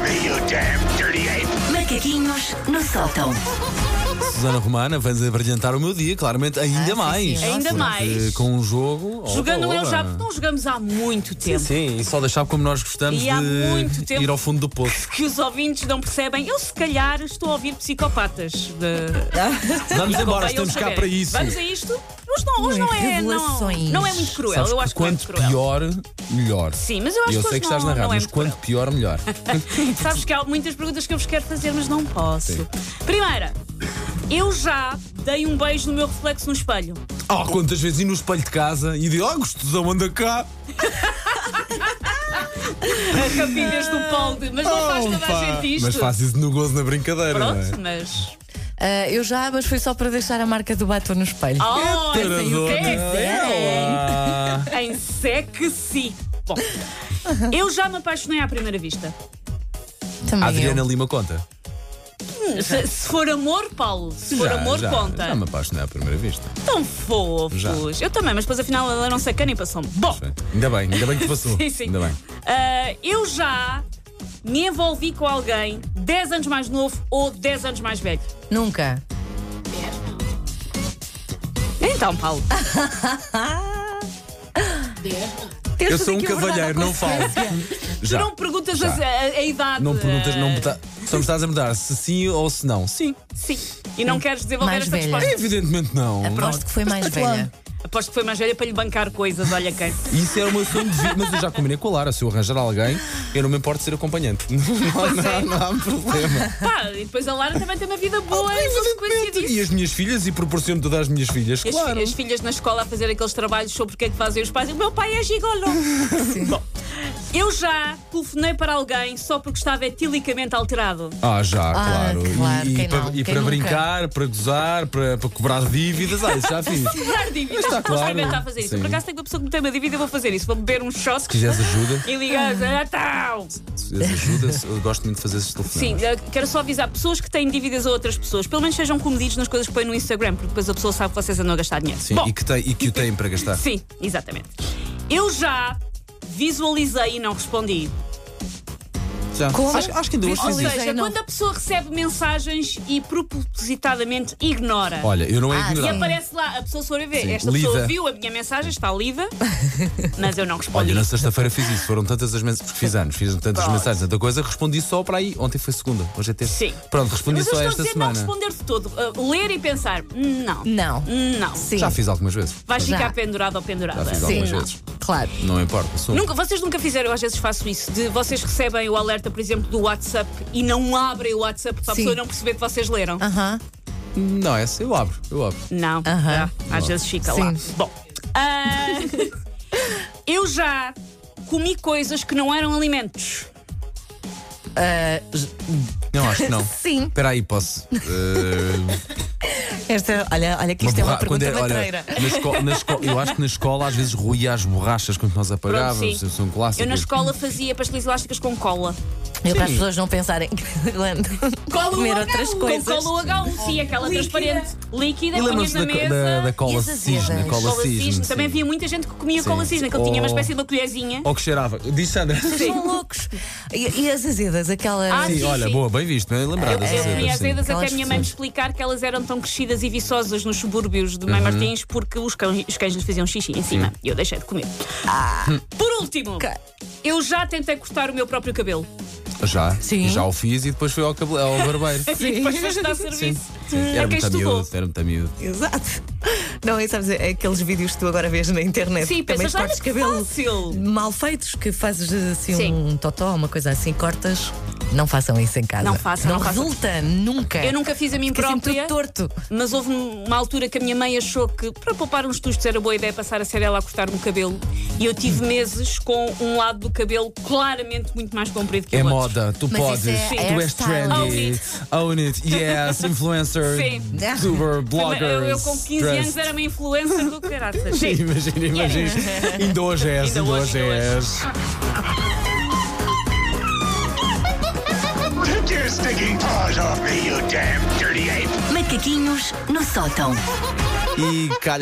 Damn dirty ape! Macaquinhos no sótão. Susana Romana, vais abrilhantar o meu dia, claramente, ainda mais. senhora. Ainda Porque mais. Com um jogo. Jogando um opa, eu opa. já não jogamos há muito tempo. Sim, e só deixar como nós gostamos E há muito de tempo. ir ao fundo do poço. Que os ouvintes não percebem. Eu, se calhar, estou a ouvir psicopatas. De... Vamos embora, Convém eles estamos cá saberem. para isso. Vamos a isto? Hoje não, hoje Não não, é é. Não, revelações. não é muito cruel. Sabes eu que acho que não é quanto muito cruel. pior, melhor. Sim, mas eu acho eu que sei hoje que estás não, na rádio, não é mas muito cruel. quanto pior, melhor. Sabes que há muitas perguntas que eu vos quero fazer, mas não posso. Primeira, eu já dei um beijo no meu reflexo no espelho. Oh, quantas vezes ir no espelho de casa e digo, oh, gostosão, anda cá. A capilhas do Polde. Mas não faz toda a gente isto. Oh, Mas faz isso no gozo, na brincadeira, não é? Pronto, mas. Ah, eu já, mas foi só para deixar a marca do batom no espelho. Ah. Oh, essa aí o que Taradona, é que é? ela. Em sé que sim. Bom, eu já me apaixonei à primeira vista. Também Adriana eu. Lima conta. Se, se for amor, Paulo, se for Hum, Já, amor, já, conta. Já me apaixonei à primeira vista. Tão fofos. Já. Eu também, mas depois afinal ela não sacana e passou-me. Bom, Sim. Ainda bem, ainda bem que passou. sim, sim. Ainda bem. Ah, eu já me envolvi com alguém 10 anos mais novo ou 10 anos mais velho. Nunca. Então, Paulo, Eu sou um cavalheiro, não falo. tu Já. não perguntas a, já. a- a idade. Não perguntas, não ah, me tá- só me estás a mudar se sim ou se não. Sim. Sim. E não queres desenvolver Mais esta velha. resposta. Evidentemente não. Aposto que foi mais velha. Aposto que foi mais velha para lhe bancar coisas, olha quem. Isso era o meu sonho de vida, mas eu já combinei com a Lara. Se eu arranjar alguém, eu não me importo de ser acompanhante. Não, é. não, não há problema. Pá, e depois a Lara também tem uma vida Ah, boa em consequência disso. E as minhas filhas, e proporciono todas as minhas filhas, E As, claro. fi- as filhas na escola a fazer aqueles trabalhos sobre o que é que fazem os pais. O meu pai é gigolo. Bom, eu já telefonei para alguém só porque estava etilicamente alterado. Ah, já, claro. E- claro, e quem para, não, e quem para nunca? brincar, para gozar, para, para cobrar dívidas, ah, isso já fiz. Cobrar dívidas. Está Não claro. inventar fazer isso. Sim. Por acaso tenho uma pessoa que me tem uma dívida, eu vou fazer isso. Vou beber um shot Se quiseres ajuda, e ligar. Ah, tal. se quiseres ajuda, se- eu gosto muito de fazer esses Sim, telefonemas. eh, quero só avisar pessoas que têm dívidas a outras pessoas. Pelo menos sejam comedidos nas coisas que põem no Instagram, porque depois a pessoa sabe que vocês andam a gastar dinheiro. Bom, e que, tem, e que o têm para gastar. Sim, exatamente. Eu já visualizei e não respondi. Já. Como? Acho, acho que ainda hoje Ou fiz isso. Visualizei, seja, não. quando a pessoa recebe mensagens e propositadamente ignora. Olha, eu não é Ah, E ignorar. aparece lá, a pessoa se for a ver. Sim, Esta lida. pessoa viu a minha mensagem, está lida, mas eu não respondi. Olha, na sexta-feira fiz isso, foram tantas as mensagens, porque fiz anos, fiz tantas Pronto. mensagens, tanta coisa, respondi só para aí. Ontem foi segunda, hoje é terça. Sim. Pronto, respondi mas eu só estou a esta dizer semana. não responder de todo. Uh, ler e pensar, não. Não. Não. Sim. Já fiz algumas vezes. Vais Já. ficar pendurado ou pendurada. Já fiz Sim. algumas vezes. Claro. Não importa, sou. Nunca, vocês nunca fizeram, eu às vezes faço isso, de vocês recebem o alerta, por exemplo, do WhatsApp e não abrem o WhatsApp para a Sim. pessoa não perceber que vocês leram. Aham. Não, essa eu abro, eu abro. Não, Aham. Ah, às vezes fica Sim. lá. Bom, ah, eu já comi coisas que não eram alimentos. Ah, j- Não, acho que não. Sim. Espera aí, posso. eh, Esta, olha, olha que isto é borra- uma pergunta é- matreira. na esco- na esco- eu acho que na escola às vezes ruía as borrachas quando nós apagávamos, é um sim. são clássicas. Eu na escola fazia pastilhas elásticas com cola. Eu para as Sim. pessoas não pensarem que Cola comer UH1, outras Com coisas. cola H1, sim, aquela transparente, líquida, E punhas lembram-se na da, co- mesa. da, da E cola as azedas? cisne, cola, Cola cisne. cisne, Também sim. havia muita gente que comia Sim, Oh. cola cisne, que ele tinha uma ou- espécie de uma colherzinha. Ou que cheirava. Diz Sandra. Vocês são loucos. E, e as azedas, aquelas. Ah, Sim, sim, olha, sim. boa, bem visto, bem lembrado. Eu fui às sim. Edas até Aquelas a minha mãe me pessoas. explicar que elas eram tão crescidas e viçosas nos subúrbios de Mãe Uhum. Martins porque os cães, os cães lhes faziam xixi em cima e eu deixei de comer. Ah. Por último, Ca- eu já tentei cortar o meu próprio cabelo. Já, Sim. já o fiz e depois fui ao, cabele- ao barbeiro. E depois foste dar serviço. Era A quem muito estudou. miúdo, era muito miúdo. Exato. Não, é, sabes, é aqueles vídeos que tu agora vês na internet. Sim, É também pensas, olha cortes que cabelo fácil. mal feitos, que fazes assim Sim. um totó, uma coisa assim, cortas. Não façam isso em casa. Não façam, Não, não façam. resulta nunca. Eu nunca fiz a mim Fica sempre própria. tudo torto. Mas houve um, uma altura que a minha mãe achou que para poupar uns tustos era boa ideia passar a ser ela a cortar-me o cabelo. E eu tive meses com um lado do cabelo claramente muito mais comprido que É o outro. moda, tu Mas podes, isso é tu és hairstyle. trendy. Own it. Own it, yes, influencer, Sim. super blogger. Eu, eu com 15 anos era uma influencer do caraças. Sim. Imagina, imagina. Ainda hoje és, Ainda ainda hoje, é. hoje é ainda hoje. és. Take your stinking paws off me, you damn dirty ape! Macaquinhos no sótão. E calha.